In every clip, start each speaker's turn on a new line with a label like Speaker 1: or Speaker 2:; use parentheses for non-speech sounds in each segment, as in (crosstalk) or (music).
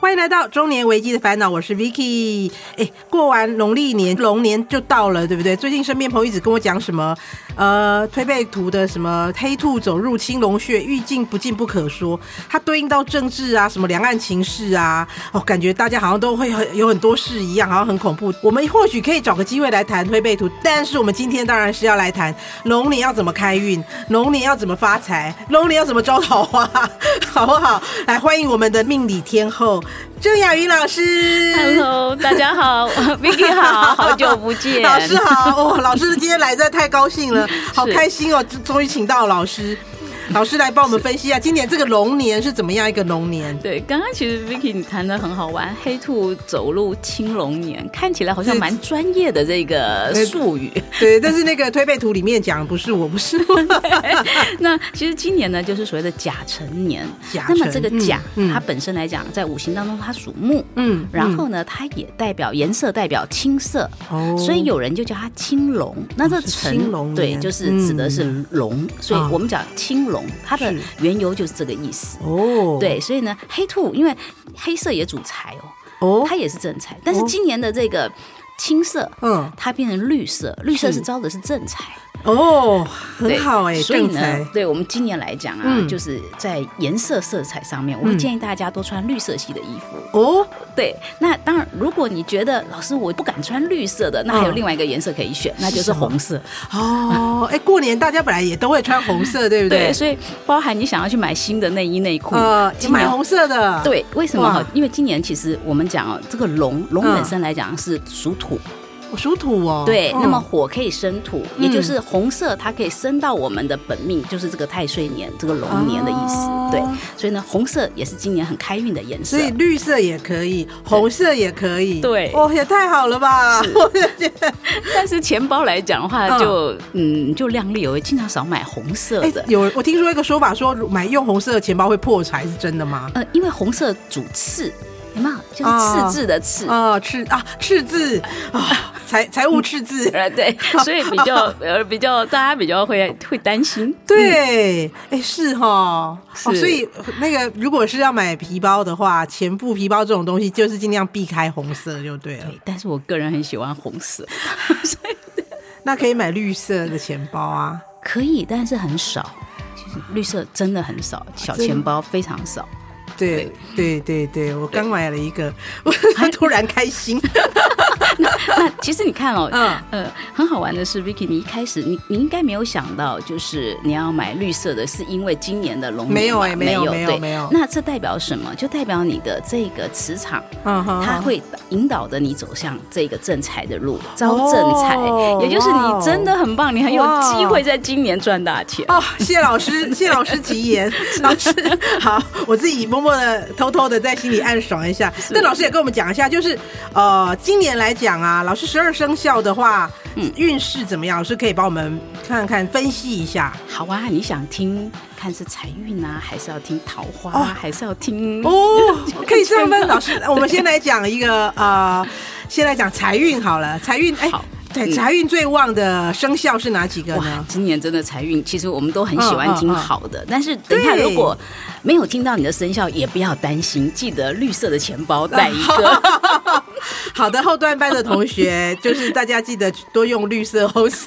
Speaker 1: 欢迎来到中年危机的烦恼，我是 Vicky。哎，过完农历年，龙年就到了，对不对？最近身边朋友一直跟我讲什么，呃，推背图的什么黑兔走入青龙穴，欲进不进不可说。它对应到政治啊，什么两岸情势啊，哦，感觉大家好像都会很有很多事一样，好像很恐怖。我们或许可以找个机会来谈推背图，但是我们今天当然是要来谈龙年要怎么开运，龙年要怎么发财，龙年要怎么招桃花， (laughs) 好不好？来欢迎我们的命理天后郑雅云老师。
Speaker 2: Hello，大家好 (laughs) ，Vicky 好，好久不
Speaker 1: (laughs)
Speaker 2: 见，
Speaker 1: 老师好，哦，老师今天来真的太高兴
Speaker 2: (laughs)
Speaker 1: 了，好开心哦，终终于请到老师，老师来帮我们分析一下今年这个龙年是怎么样一个龙年。
Speaker 2: 对，刚刚其实 Vicky 你谈的很好玩，黑兔走入青龙年，看起来好像蛮专业的这个术语。
Speaker 1: 对，但是那个推背图里面讲不是我，不是我，
Speaker 2: (laughs) 那其实今年呢，就是所谓的甲辰年。
Speaker 1: 甲
Speaker 2: 那么
Speaker 1: 辰
Speaker 2: 这个
Speaker 1: 嗯
Speaker 2: 甲，
Speaker 1: 嗯
Speaker 2: 它本身来讲，在五行当中它属木，
Speaker 1: 嗯
Speaker 2: 然后呢，它也代表颜色代表青色，
Speaker 1: 哦
Speaker 2: 所以有人就叫它青龙。那这
Speaker 1: 是
Speaker 2: 辰
Speaker 1: 青龙
Speaker 2: 对，
Speaker 1: 年
Speaker 2: 就是指的是龙，所以
Speaker 1: 啊
Speaker 2: 我们讲青龙，它的
Speaker 1: 是
Speaker 2: 缘由就是这个意思。
Speaker 1: 哦，
Speaker 2: 对，所以呢，黑兔因为黑色也主财哦，
Speaker 1: 哦
Speaker 2: 它，也是正财，但是
Speaker 1: 哦
Speaker 2: 今年的这个青色，
Speaker 1: 嗯，
Speaker 2: 它变成绿色，绿色
Speaker 1: 是
Speaker 2: 是招的是正财，
Speaker 1: 哦，
Speaker 2: 对
Speaker 1: 很好哎，
Speaker 2: 所以
Speaker 1: 正
Speaker 2: 呢
Speaker 1: 财，
Speaker 2: 对我们今年来讲啊，
Speaker 1: 嗯
Speaker 2: 就是在颜色色彩上面，我会
Speaker 1: 嗯
Speaker 2: 建议大家多穿绿色系的衣服。
Speaker 1: 哦，
Speaker 2: 对，那当然，如果你觉得老师我不敢穿绿色的，那还有
Speaker 1: 嗯
Speaker 2: 另外一个颜色可以选，那就是
Speaker 1: 什么
Speaker 2: 红色。 (laughs)
Speaker 1: 哦，哎，过年大家本来也都会穿红色，对不对？
Speaker 2: 所以包含你想要去买新的内衣内裤，
Speaker 1: 呃，
Speaker 2: 今年
Speaker 1: 买红色的，，
Speaker 2: 对，为什么
Speaker 1: 哇
Speaker 2: 哈？因为今年其实我们讲哦，这个龙龙
Speaker 1: 嗯
Speaker 2: 本身来讲是属土，
Speaker 1: 我属土哦，
Speaker 2: 对，
Speaker 1: 嗯
Speaker 2: 那么火可以生土，也就是红色它可以升到我们的本命，就是这个太岁年这个龙年的意思
Speaker 1: 哦。
Speaker 2: 对，所以呢，红色也是今年很开运的颜色
Speaker 1: 所。以绿色也可以，红色也可以。
Speaker 2: 对
Speaker 1: 哦，也太好了吧！
Speaker 2: 但是钱包来讲的
Speaker 1: 嗯
Speaker 2: 话，就嗯就量力而为，尽量少买红色
Speaker 1: (laughs) 哎
Speaker 2: 的，。
Speaker 1: 有我听说一个说法说，买用红色的钱包会破财，是真的吗？
Speaker 2: 呃，因为红色主刺，有没有？就是
Speaker 1: 哦
Speaker 2: 赤字的赤。
Speaker 1: 啊，赤啊，赤字啊，财财务赤
Speaker 2: (laughs)
Speaker 1: 字。
Speaker 2: 呃，对，所以比较呃比较大家比较会会担心，
Speaker 1: (laughs) 对，哎，是哈，哦，
Speaker 2: 是
Speaker 1: 所以那个如果是要买皮包的话，钱布皮包这种东西，就是尽量避开红色就对了。
Speaker 2: 对，但是我个人很喜欢红色，所以
Speaker 1: 那可以买绿色的钱包啊。
Speaker 2: 可以，但是很少。其实绿色真的很
Speaker 1: 啊
Speaker 2: 少，小
Speaker 1: 真的
Speaker 2: 钱包非常少。
Speaker 1: 对对对对，哎我刚买了一个，我 (laughs) 突然开心。
Speaker 2: (laughs) 那其实你看哦，
Speaker 1: (laughs) 嗯
Speaker 2: 呃，很好玩的是，Vicky，你一开始你你应该没有想到，就是你要买绿色的，是因为今年的龙年
Speaker 1: 没有
Speaker 2: 嘛
Speaker 1: 哎没有没有
Speaker 2: 对
Speaker 1: 没有
Speaker 2: 那这代表什么？就代表你的这个磁场，
Speaker 1: 嗯哼
Speaker 2: 它
Speaker 1: 哼
Speaker 2: 会引导着你走向这个正财的路，招正财，
Speaker 1: 哦
Speaker 2: 也就是
Speaker 1: 哇哦
Speaker 2: 你真的很棒，你很有
Speaker 1: 哇
Speaker 2: 机会在今年赚大钱。
Speaker 1: 哦，谢老师，谢老师吉 (laughs) 言，老师 (laughs) 好，我自己默默的、偷偷的在心里暗爽一下。但老师也跟我们讲一下，就是呃，今年来讲啊，老师十二生肖的话，
Speaker 2: 嗯
Speaker 1: 运势怎么样？老师可以帮我们看看分析一下。
Speaker 2: 好啊，你想听看是财运啊，还是要听桃花
Speaker 1: 哦
Speaker 2: 啊，还是要听 (laughs)
Speaker 1: 哦，可以这样分。老师，我们先来讲一个呃，先来讲财运好了。财运，哎
Speaker 2: 好，
Speaker 1: 对，
Speaker 2: 嗯
Speaker 1: 财运最旺的生肖是哪几个
Speaker 2: 哇
Speaker 1: 呢，？
Speaker 2: 今年真的财运，其实我们都很喜欢听好的，但是等一下
Speaker 1: 嗯对
Speaker 2: 如果没有听到你的生肖，也不要担心，记得绿色的钱
Speaker 1: (laughs)
Speaker 2: 包带一个。
Speaker 1: 好的，后段班的同学，就是大家记得多用绿色、红
Speaker 2: (laughs)
Speaker 1: 色。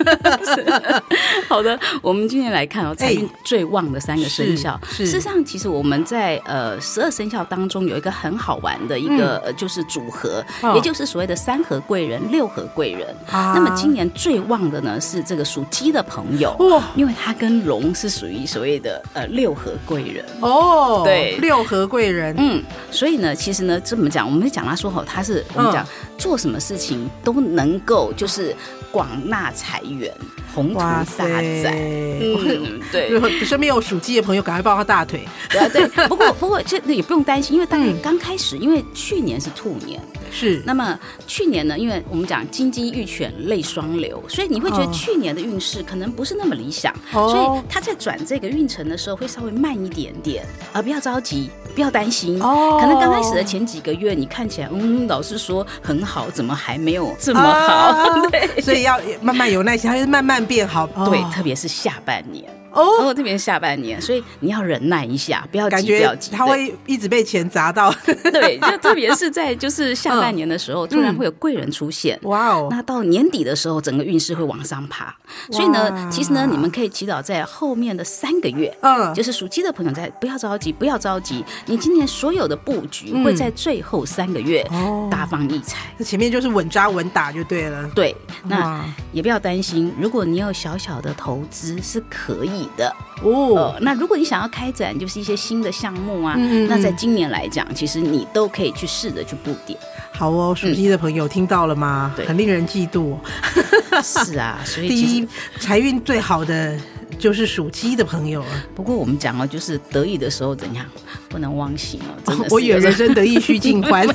Speaker 2: 好的，我们今天来看哦，财运
Speaker 1: 哎
Speaker 2: 最旺的三个生肖。
Speaker 1: 是是
Speaker 2: 事实上，其实我们在呃十二生肖当中有一个很好玩的一个、呃就是组合，
Speaker 1: 嗯哦
Speaker 2: 也就是所谓的三合贵人、六合贵人。
Speaker 1: 啊
Speaker 2: 那么今年最旺的呢是这个属鸡的朋友，
Speaker 1: 哇
Speaker 2: 因为它跟龙是属于所谓的呃六合贵人。
Speaker 1: 哦，
Speaker 2: 对
Speaker 1: 六合贵人，
Speaker 2: 嗯，所以呢，其实呢，这么讲，我们讲他说好，他是我
Speaker 1: 哦
Speaker 2: 们讲、做什么事情都能够就是广纳财源，宏图大展。嗯，对
Speaker 1: 如， (laughs) 果身边有属鸡的朋友，赶快抱他大腿。
Speaker 2: 对对。不过不过，这也不用担心，因为大概
Speaker 1: 嗯
Speaker 2: 刚开始，因为去年是兔年，
Speaker 1: 是，
Speaker 2: 那么去年呢，因为我们讲金鸡玉犬泪双流，所以你会觉
Speaker 1: 哦
Speaker 2: 得去年的运势可能不是那么理想，
Speaker 1: 哦
Speaker 2: 所以它在转这个运程的时候会稍微慢一点点，啊，不要着急，不要担心。
Speaker 1: 哦
Speaker 2: 可能刚开始的前几个月，你看起来，嗯，老师说很好，怎么还没有这么好？
Speaker 1: 啊
Speaker 2: 对
Speaker 1: 所以要慢慢有耐心，他就慢慢变好。
Speaker 2: (laughs) 对
Speaker 1: 哦，
Speaker 2: 特别是下半年。然
Speaker 1: 哦，
Speaker 2: 后特别是下半年，所以你要忍耐一下，不要
Speaker 1: 感
Speaker 2: 急，不
Speaker 1: 觉
Speaker 2: 要急。
Speaker 1: 他
Speaker 2: 对
Speaker 1: 会一直被钱砸到。 (laughs)
Speaker 2: 对，就特别是在就是下半年的时候，突然
Speaker 1: 嗯
Speaker 2: 会有贵人出现。
Speaker 1: 哇哦，
Speaker 2: 那到年底的时候，整个运势会往上爬，所以
Speaker 1: 哇
Speaker 2: 呢，其实呢，你们可以祈祷在后面的三个月，
Speaker 1: 嗯，
Speaker 2: 就是属鸡的朋友在不要着急，不要着急，你今年所有的布局
Speaker 1: 嗯
Speaker 2: 会在最后三个月
Speaker 1: 哦
Speaker 2: 大放异彩。
Speaker 1: 前面就是稳扎稳打就对了。
Speaker 2: 对，那
Speaker 1: 哇
Speaker 2: 也不要担心，如果你有小小的投资是可以的。
Speaker 1: 哦
Speaker 2: 呃，那如果你想要开展就是一些新的项目啊，
Speaker 1: 嗯嗯嗯
Speaker 2: 那在今年来讲，其实你都可以去试着去布点。
Speaker 1: 好哦，属鸡的朋友听到了吗？
Speaker 2: 嗯对
Speaker 1: 很令人嫉妒哦。
Speaker 2: (laughs) 是啊，所以
Speaker 1: 第
Speaker 2: 其实
Speaker 1: 一，财运最好的就是属鸡的朋友了。
Speaker 2: 不过我们讲哦，就是得意的时候怎样，不能忘形哦，真的
Speaker 1: (laughs)
Speaker 2: 是、
Speaker 1: 我以为人生得意须尽
Speaker 2: (laughs)
Speaker 1: 欢，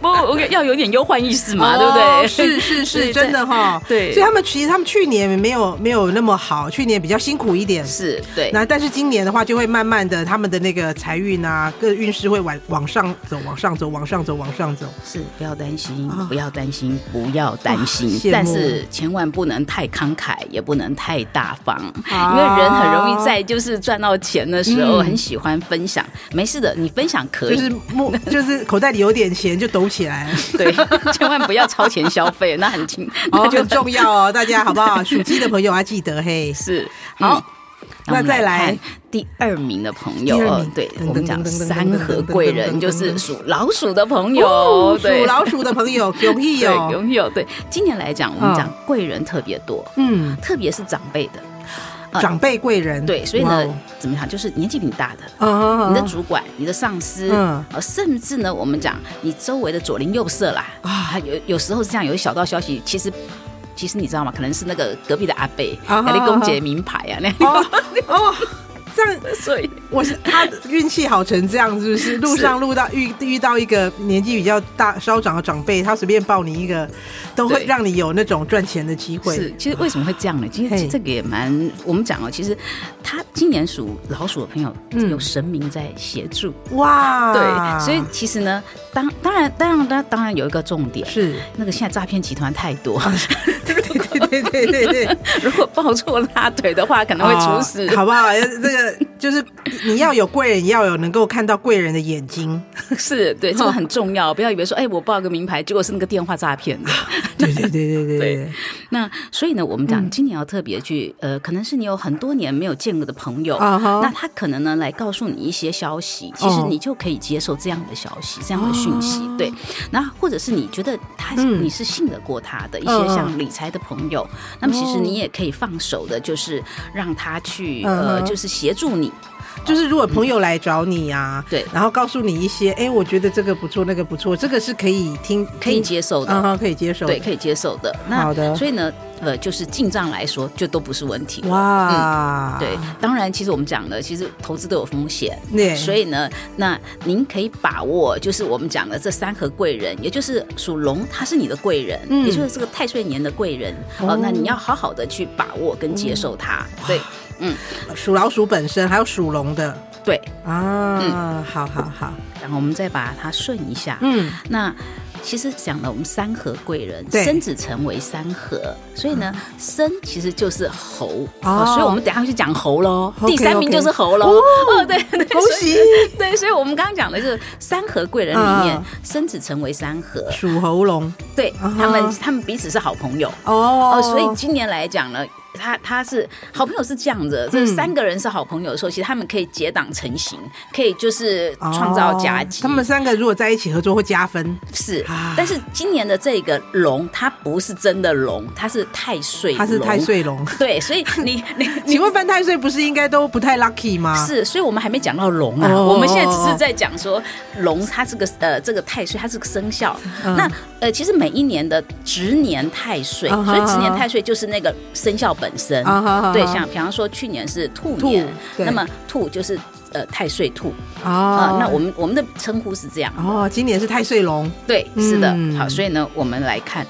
Speaker 2: 不，我要有点忧患意识嘛，
Speaker 1: 哦
Speaker 2: 对不对？
Speaker 1: 是是是，
Speaker 2: 对
Speaker 1: 真的哈。
Speaker 2: 对
Speaker 1: 所以他们其实他们去年没有没有那么好，去年比较辛苦一点。
Speaker 2: (laughs) 是，对。
Speaker 1: 那但是今年的话，就会慢慢的，他们的那个财运啊，各运势会往往上走，往上走，往上走，往上走。
Speaker 2: 是，不要担心
Speaker 1: 啊，
Speaker 2: 不要担心，不要担
Speaker 1: 哇
Speaker 2: 心
Speaker 1: 哦羡。慕
Speaker 2: 但是千万不能太慷慨，也不能太大方，
Speaker 1: 啊
Speaker 2: 因为人很容易在就是赚到钱的时候
Speaker 1: 嗯
Speaker 2: 很喜欢分享。没事的，你分享可
Speaker 1: 就是
Speaker 2: 以， (laughs)
Speaker 1: 摸，就是口袋里有点钱就抖起来， (laughs)
Speaker 2: 对， (laughs) 千万不要超前消费，那很轻，
Speaker 1: 哦
Speaker 2: 那，就
Speaker 1: 很重要哦，大家好不好？属鸡的朋友要记得嘿。
Speaker 2: 是嗯
Speaker 1: 好。那
Speaker 2: 我们
Speaker 1: 再来
Speaker 2: 看第二名的朋友
Speaker 1: 第二
Speaker 2: 哦
Speaker 1: 名，
Speaker 2: 对
Speaker 1: 噔噔
Speaker 2: 我们讲
Speaker 1: 噔噔噔
Speaker 2: 三合贵人就是属老鼠的朋
Speaker 1: 哦
Speaker 2: 友，
Speaker 1: 属
Speaker 2: 对，
Speaker 1: 老鼠的朋友容易
Speaker 2: 对
Speaker 1: 哦，
Speaker 2: 拥有对。今年来讲，我
Speaker 1: 嗯
Speaker 2: 们讲贵人特别多，
Speaker 1: 嗯，
Speaker 2: 特别是长辈的，呃
Speaker 1: 长辈贵人
Speaker 2: 对，所以
Speaker 1: 哇
Speaker 2: 呢
Speaker 1: 哦，
Speaker 2: 怎么讲，就是年纪比你大的。
Speaker 1: 嗯
Speaker 2: 你的主管、你的上司，
Speaker 1: 嗯
Speaker 2: 呃，甚至呢，我们讲你周围的左邻右舍啦，啊，有有时候是这样，有一小道消息，其实其实你知道吗？可能是那个隔壁的阿贝，
Speaker 1: 啊
Speaker 2: 那里公姐名牌啊，那
Speaker 1: 哦哦，这样
Speaker 2: (laughs) 所以
Speaker 1: 我是他运气好成这样，是不是？路上路到遇遇到一个年纪比较大稍长的长辈，他随便抱你一个，都会
Speaker 2: 对
Speaker 1: 让你有那种赚钱的机会。
Speaker 2: 是，其实为什么会这样呢？其
Speaker 1: 嘿
Speaker 2: 实这个也蛮，我们讲哦，其实他今年属老鼠的朋友
Speaker 1: 嗯啊
Speaker 2: 有神明在协助，
Speaker 1: 哇，
Speaker 2: 对，所以其实呢，当当然当然当然当然有一个重点， (laughs)
Speaker 1: 是，
Speaker 2: 那个现在诈骗集团太
Speaker 1: (laughs)
Speaker 2: 多，
Speaker 1: 对对对对对对，
Speaker 2: 如果抱错拉腿的话，可能会出事。 (laughs)
Speaker 1: 哦好不好？呃这个就是你要有贵人，也要有能够看到贵人的眼睛。
Speaker 2: 是对，这个很重要，不要以为说，哎，我报个名牌，结果是那个电话诈骗的。
Speaker 1: 对对对对对
Speaker 2: 那所以呢，我们
Speaker 1: 嗯
Speaker 2: 讲今年要特别去，呃，可能是你有很多年没有见过的朋友，
Speaker 1: 啊哈
Speaker 2: 那他可能呢来告诉你一些消息，其实
Speaker 1: 哦
Speaker 2: 你就可以接受这样的消息、这样的讯息
Speaker 1: 哦，
Speaker 2: 对。那或者是你觉得他
Speaker 1: 嗯
Speaker 2: 你是信得过他的一
Speaker 1: 嗯
Speaker 2: 些
Speaker 1: 嗯
Speaker 2: 像理财的朋友，那么其实
Speaker 1: 哦
Speaker 2: 你也可以放手的，就是让他去
Speaker 1: 嗯
Speaker 2: 呃，
Speaker 1: 哼
Speaker 2: 就是协助你，
Speaker 1: 就是如果朋友来找你啊，
Speaker 2: 对
Speaker 1: 然后告诉你一些，哎，我觉得这个不错，那个不错，这个是可以听，
Speaker 2: 可以
Speaker 1: 听，
Speaker 2: 接受的
Speaker 1: 嗯。哼，可以接受的，
Speaker 2: 对，可以接受的。那
Speaker 1: 好的
Speaker 2: 所以呢，呃，就是进账来说，就都不是问题。
Speaker 1: 哇，
Speaker 2: 嗯对，当然，其实我们讲的，其实投资都有风险，
Speaker 1: 对
Speaker 2: 所以呢，那您可以把握，就是我们讲的这三合贵人，也就是属龙，他是你的贵人，
Speaker 1: 嗯
Speaker 2: 也就是这个太岁年的贵人
Speaker 1: 哦嗯
Speaker 2: 哦、那你要好好的去把握跟接受它，对
Speaker 1: 属老鼠本身还有属龙的
Speaker 2: 对，嗯
Speaker 1: 啊，好好好，
Speaker 2: 然后我们再把它顺一下，
Speaker 1: 嗯，
Speaker 2: 那其实讲了，我们三合贵人，
Speaker 1: 对嗯
Speaker 2: 生子成为三合，所以呢，生其实就是猴，
Speaker 1: 哦
Speaker 2: 哦，所以我们等一下去讲猴喽。
Speaker 1: OK，
Speaker 2: 第三名
Speaker 1: OK
Speaker 2: 就是猴喽。
Speaker 1: 哦
Speaker 2: 哦，对对，
Speaker 1: 恭喜
Speaker 2: (laughs) 所以。对，所以我们刚刚讲的就是三合贵人里面
Speaker 1: 嗯，
Speaker 2: 生子成为三合，
Speaker 1: 属喉龙
Speaker 2: 对
Speaker 1: 啊哈
Speaker 2: 他们他们彼此是好朋友
Speaker 1: 哦
Speaker 2: 哦，所以今年来讲呢。他他是好朋友是这样子，
Speaker 1: 嗯
Speaker 2: 这三个人是好朋友的时候，其实他们可以结党成行，可以就是创造佳
Speaker 1: 哦
Speaker 2: 绩、
Speaker 1: 他们三个如果在一起合作会加分
Speaker 2: 是
Speaker 1: 啊，
Speaker 2: 但是今年的这个龙，它不是真的龙，它是太岁，
Speaker 1: 他是太。岁龙。
Speaker 2: 对，所以你 (laughs) 你
Speaker 1: 请
Speaker 2: 你
Speaker 1: 问犯太岁不是应该都不太 lucky 吗？
Speaker 2: 是，所以我们还没讲到龙啊，
Speaker 1: 啊哦
Speaker 2: 我们现在只是在讲说龙，它是个呃这个太岁，它是个生肖。
Speaker 1: 嗯
Speaker 2: 那呃，其实每一年的值年太岁，
Speaker 1: 啊哈
Speaker 2: 所以值年太岁就是那个生肖本身。
Speaker 1: 啊哈哈
Speaker 2: 对，像比方说去年是兔
Speaker 1: 兔
Speaker 2: 年，
Speaker 1: 对
Speaker 2: 那么兔就是呃太岁兔啊、
Speaker 1: 哦，
Speaker 2: 那我们我们的称呼是这样。
Speaker 1: 哦，今年是太岁龙，
Speaker 2: 对，是的。
Speaker 1: 嗯
Speaker 2: 好，所以呢，我们来看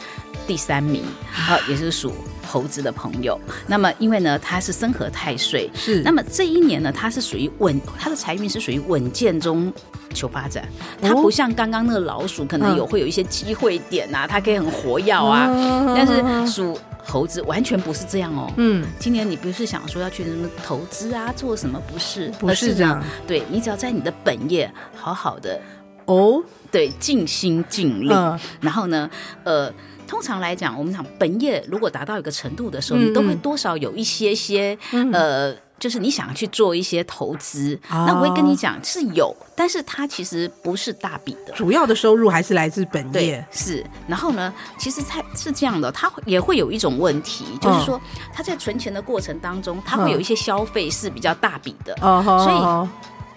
Speaker 2: 第三名，啊，也是属猴子的朋友。那么，因为呢，他是生合太岁，
Speaker 1: 是
Speaker 2: 那么这一年呢，他是属于稳，他的财运是属于稳健中。求发展，它
Speaker 1: 哦
Speaker 2: 不像刚刚那个老鼠，可能有会有一些机会点啊，它可以很活跃啊。
Speaker 1: 嗯
Speaker 2: 但是属猴子完全不是这样哦。
Speaker 1: 嗯，
Speaker 2: 今年你不是想说要去什么投资啊，做什么？不是，
Speaker 1: 不
Speaker 2: 而
Speaker 1: 是这样
Speaker 2: 呢。对你只要在你的本业好好的，
Speaker 1: 哦，
Speaker 2: 对，尽心尽力，
Speaker 1: 嗯
Speaker 2: 然后呢，呃。通常来讲，我们讲本业如果达到一个程度的时候，
Speaker 1: 嗯
Speaker 2: 你都会
Speaker 1: 嗯
Speaker 2: 多少有一些些、呃，就是你想去做一些投资。
Speaker 1: 哦
Speaker 2: 那我会跟你讲是有，但是它其实不是大笔的。
Speaker 1: 主要的收入还是来自本
Speaker 2: 对
Speaker 1: 业，，
Speaker 2: 是。然后呢，其实它是这样的，它会也会有一种问题，
Speaker 1: 哦
Speaker 2: 就是说他在存钱的过程当中，他会有一些消费是比较大笔的。
Speaker 1: 嗯哦，吼
Speaker 2: 所以
Speaker 1: 吼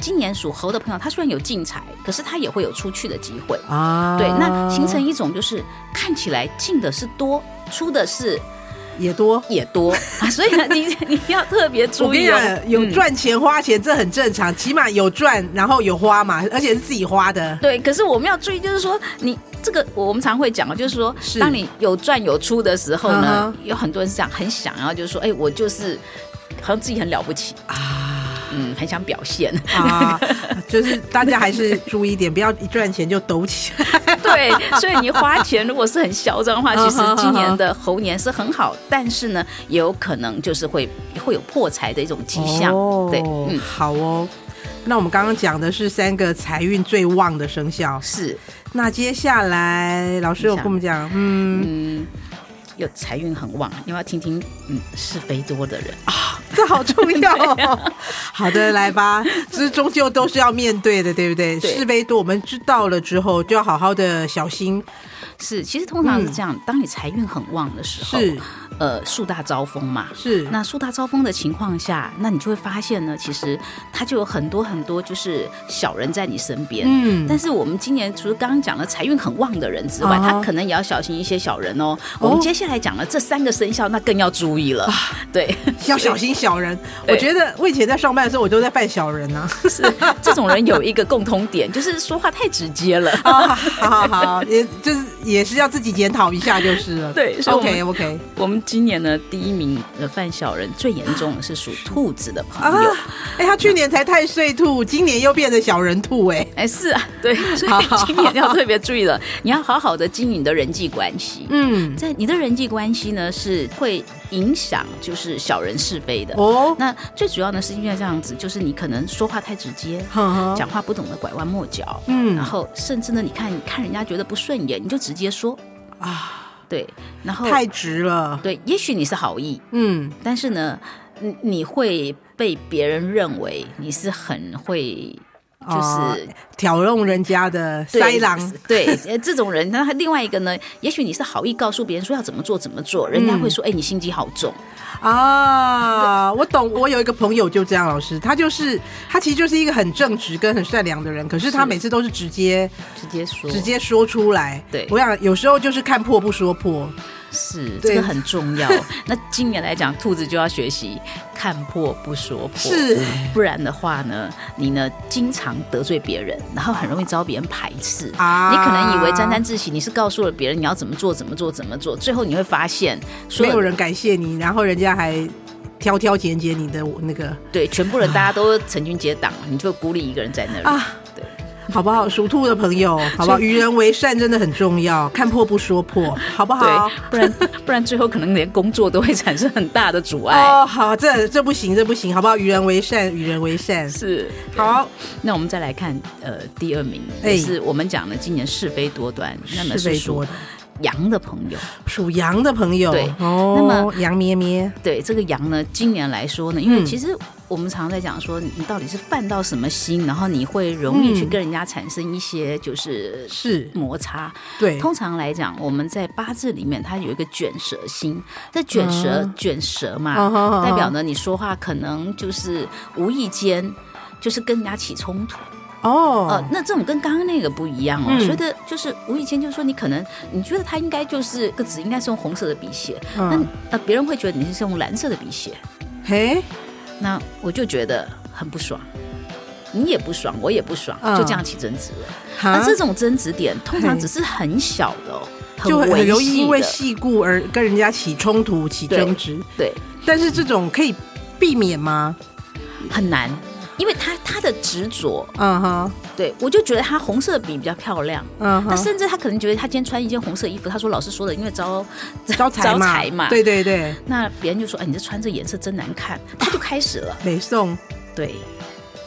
Speaker 2: 今年属猴的朋友，他虽然有进财，可是他也会有出去的机会。
Speaker 1: 啊，
Speaker 2: 对，那形成一种就是看起来进的是多，出的是
Speaker 1: 也多。
Speaker 2: 也多啊，所以呢，你 (laughs) 你要特别
Speaker 1: 我
Speaker 2: 注
Speaker 1: 跟你
Speaker 2: 意哦
Speaker 1: 讲，。有
Speaker 2: 嗯
Speaker 1: 赚钱花钱这很正常，起码有赚，然后有花嘛，而且是自己花
Speaker 2: (laughs)
Speaker 1: 的。
Speaker 2: 对，可是我们要注意，就是说你这个我们常会讲的，就是说，
Speaker 1: 是
Speaker 2: 当你有赚有出的时候
Speaker 1: 嗯
Speaker 2: 呢
Speaker 1: 哼
Speaker 2: 有很多人是这样很想要，就是说，哎，我就是好像自己很了不起啊，嗯，很想表现。 (laughs)
Speaker 1: 啊，就是大家还是注意一点，不要一赚钱就抖起来。
Speaker 2: 对，所以你花钱如果是很嚣张的话，
Speaker 1: 嗯
Speaker 2: 其实
Speaker 1: 哼
Speaker 2: 今年的猴年是很好，但是呢，也有可能就是会会有破财的一种迹象。
Speaker 1: 哦
Speaker 2: 对，嗯，
Speaker 1: 好哦。那我们刚刚讲的是三个财运最旺的生肖，
Speaker 2: 是，
Speaker 1: 那接下来老师有跟我们讲，嗯，
Speaker 2: 嗯。有财运很旺，你要不要听听，嗯，是非多的人，
Speaker 1: 这好重要
Speaker 2: (laughs)
Speaker 1: 哦。好的，来吧，这终究都是要面对的，对不对？
Speaker 2: 对
Speaker 1: 是非多，我们知道了之后就要好好的小心。
Speaker 2: 是，其实通常是这样，当你财运很旺的时候，
Speaker 1: 是
Speaker 2: 呃，树大招风嘛。
Speaker 1: 是，
Speaker 2: 那树大招风的情况下，那你就会发现呢，其实它就有很多很多就是小人在你身边。
Speaker 1: 嗯
Speaker 2: 但是我们今年除了刚刚讲了财运很旺的人之外，
Speaker 1: 啊哈
Speaker 2: 他可能也要小心一些小人哦。啊我们接下来讲了这三个生肖，那更要注意了。对， (laughs)
Speaker 1: 要小心小人。我
Speaker 2: 对
Speaker 1: 觉得我以前在上班的时候，我都在犯小人啊。
Speaker 2: 是这种人有一个共通点，就是说话太直接了。
Speaker 1: 啊， (laughs) 好好好，也就是也是要自己检讨一下就是 (laughs) 了。
Speaker 2: 对所以我们
Speaker 1: ，OK OK，
Speaker 2: 我们今年呢，第一名呃犯小人最严重的是属兔子的
Speaker 1: (laughs) 啊
Speaker 2: 朋友。，
Speaker 1: 哎、他去年才太岁兔，今年又变成小人兔、哎，
Speaker 2: 哎，是啊，对，所以今年要特别注意了，你要好好的经营你的人际关系。
Speaker 1: 嗯，
Speaker 2: 在你的人际关系呢，是会影响就是小人是非的。
Speaker 1: 哦，
Speaker 2: 那最主要呢，是因为这样子，就是你可能说话太直接，
Speaker 1: 哼哼，
Speaker 2: 讲话不懂得拐弯抹角，
Speaker 1: 嗯
Speaker 2: 然后甚至呢，你看看人家觉得不顺眼，你就直接说
Speaker 1: 啊，
Speaker 2: 对，然后
Speaker 1: 太直了，
Speaker 2: 对，也许你是好意，
Speaker 1: 嗯，
Speaker 2: 但是呢，你你会被别人认为你是很会。就是、
Speaker 1: 哦挑弄人家的
Speaker 2: 对
Speaker 1: 塞狼，
Speaker 2: (laughs) 对，呃这种人，那他另外一个呢，也许你是好意告诉别人说要怎么做怎么
Speaker 1: 嗯
Speaker 2: 做，人家会说，哎、你心机好重，
Speaker 1: 啊，我懂。我有一个朋友就这样，老师，他就是他其实就是一个很正直跟很善良的人，可是他
Speaker 2: 是
Speaker 1: 每次都是直接
Speaker 2: 直接说，
Speaker 1: 直接说出来。
Speaker 2: 对
Speaker 1: 我想有时候就是看破不说破，
Speaker 2: 是
Speaker 1: 对
Speaker 2: 这个很重要。那今年来讲，兔子就要学习看破不说破，
Speaker 1: 是
Speaker 2: 不然的话呢，你呢经常得罪别人，然后很容易遭别人排斥。
Speaker 1: 啊
Speaker 2: 你可能以为沾沾自喜，你是告诉了别人你要怎么做、怎么做、怎么做，最后你会发现，所
Speaker 1: 没有人感谢你，然后人家还挑挑拣拣你的那个，
Speaker 2: 对全部人大家都成群结党，你就孤立一个人在那里。
Speaker 1: 啊
Speaker 2: 对，
Speaker 1: 好不好？属兔的朋
Speaker 2: (laughs)
Speaker 1: 友，好不好？
Speaker 2: 属
Speaker 1: 与人为善真的很重要，看破不说破，好不好
Speaker 2: 对？，不然不然最后可能连工作都会产生很大的阻碍。
Speaker 1: 哦，好，这这不行，这不行，好不好？与人为善，与人为善。
Speaker 2: 是
Speaker 1: 好，
Speaker 2: 那我们再来看，呃，第二名
Speaker 1: 哎
Speaker 2: 也是我们讲的今年是非多端，那么
Speaker 1: 是
Speaker 2: 是
Speaker 1: 非
Speaker 2: 属
Speaker 1: 多的
Speaker 2: 羊的朋友，
Speaker 1: 属羊的朋友，
Speaker 2: 对
Speaker 1: 哦，
Speaker 2: 那么
Speaker 1: 羊咩咩，
Speaker 2: 对这个羊呢，今年来说呢，因为
Speaker 1: 嗯
Speaker 2: 其实我们常在讲说，你到底是犯到什么心，然后你会容易去
Speaker 1: 嗯
Speaker 2: 跟人家产生一些就是
Speaker 1: 是
Speaker 2: 摩擦。
Speaker 1: 对，
Speaker 2: 通常来讲，我们在八字里面，它有一个卷舌心，这卷舌、
Speaker 1: 嗯
Speaker 2: 卷舌
Speaker 1: 嗯哼嗯
Speaker 2: 嘛，
Speaker 1: 哼
Speaker 2: 啊代表呢你说话可能就是无意间。就是跟人家起冲突，
Speaker 1: 哦
Speaker 2: 呃，，那这种跟刚刚那个不一样哦，
Speaker 1: 嗯
Speaker 2: 觉得就是无意间就说你可能你觉得他应该就是个纸应该是用红色的笔写，
Speaker 1: 嗯，
Speaker 2: 那呃别人会觉得你是用蓝色的笔写，
Speaker 1: 嘿，
Speaker 2: 那我就觉得很不爽，你也不爽，我也不爽，
Speaker 1: 嗯啊
Speaker 2: 就这样起争执了。
Speaker 1: 哈
Speaker 2: 那这种争执点通常
Speaker 1: 嘿
Speaker 2: 只是很小的哦，
Speaker 1: 就
Speaker 2: 微
Speaker 1: 很容易
Speaker 2: 细
Speaker 1: 因为
Speaker 2: 的
Speaker 1: 细故而跟人家起冲突、起
Speaker 2: 对
Speaker 1: 争执，
Speaker 2: 对
Speaker 1: 但是这种可以避免吗？
Speaker 2: 很难。因为他他的执着，
Speaker 1: 嗯哼，
Speaker 2: 对我就觉得他红色笔比较漂亮。
Speaker 1: 嗯
Speaker 2: 那
Speaker 1: 哼，
Speaker 2: 甚至他可能觉得他今天穿一件红色衣服，他说老师说的，因为招
Speaker 1: (laughs) 招财嘛，
Speaker 2: 财嘛，
Speaker 1: 对对对，
Speaker 2: 那别人就说：“哎，你这穿这颜色真难看。”他就开始了。
Speaker 1: 北宋，
Speaker 2: 对，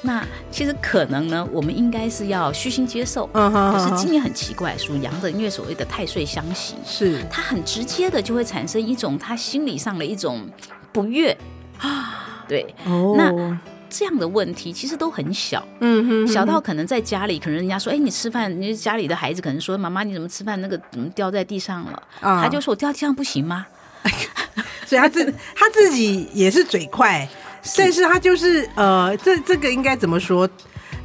Speaker 2: 那其实可能呢，我们应该是要虚心接受。
Speaker 1: 嗯哼
Speaker 2: 可是
Speaker 1: 嗯
Speaker 2: 今
Speaker 1: 哼，
Speaker 2: 年很奇怪，属羊的，因为所谓的太岁相刑，
Speaker 1: 是
Speaker 2: 他很直接的就会产生一种他心理上的一种不悦啊。对，
Speaker 1: 哦，
Speaker 2: 那这样的问题其实都很小，
Speaker 1: 嗯哼，
Speaker 2: 小到可能在家里，可能人家说：“哎，你吃饭，你家里的孩子可能说，妈妈你怎么吃饭那个怎么掉在地上了？”
Speaker 1: 啊
Speaker 2: 他就说：“我掉地上不行吗？”
Speaker 1: 所以他
Speaker 2: (laughs)
Speaker 1: 自他自己也是嘴快，但是他就是呃，这这个应该怎么说？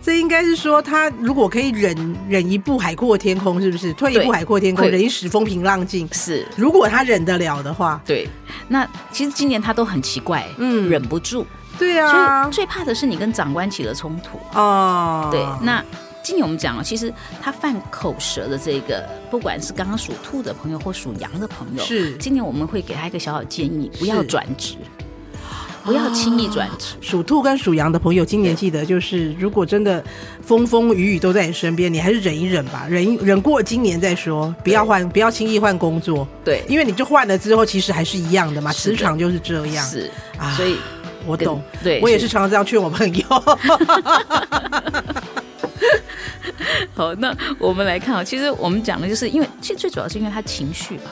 Speaker 1: 这应该是说，他如果可以忍忍一步海阔天空，是不是？退一步
Speaker 2: 对
Speaker 1: 海阔天空，
Speaker 2: 会
Speaker 1: 忍一时风平浪静。
Speaker 2: 是。
Speaker 1: 如果他忍得了的话，
Speaker 2: 对，那其实今年他都很奇怪，
Speaker 1: 嗯
Speaker 2: 忍不住，
Speaker 1: 对
Speaker 2: 所
Speaker 1: 啊
Speaker 2: 以，最怕的是你跟长官起了冲突。
Speaker 1: 哦，
Speaker 2: 对，那今年我们讲了，其实他犯口舌的这个，不管是刚刚属兔的朋友或属羊的朋友，
Speaker 1: 是
Speaker 2: 今年我们会给他一个小小建议，不要
Speaker 1: 是啊
Speaker 2: 转职，不要轻易转职。
Speaker 1: 属兔跟属羊的朋友，今年记得就是，如果真的风风雨雨都在你身边，你还是忍一忍吧，忍一忍过今年再说，不要换，不要轻易换工作，
Speaker 2: 对，
Speaker 1: 因为你就换了之后，其实还是一样的嘛，磁
Speaker 2: 是的
Speaker 1: 场就是这样。
Speaker 2: 是
Speaker 1: 啊，
Speaker 2: 所以
Speaker 1: 我懂，
Speaker 2: 对
Speaker 1: 我也是常常这样劝我朋友。 (laughs)
Speaker 2: 好，那我们来看啊，其实我们讲的就是，因为其实最主要是因为他情绪吧，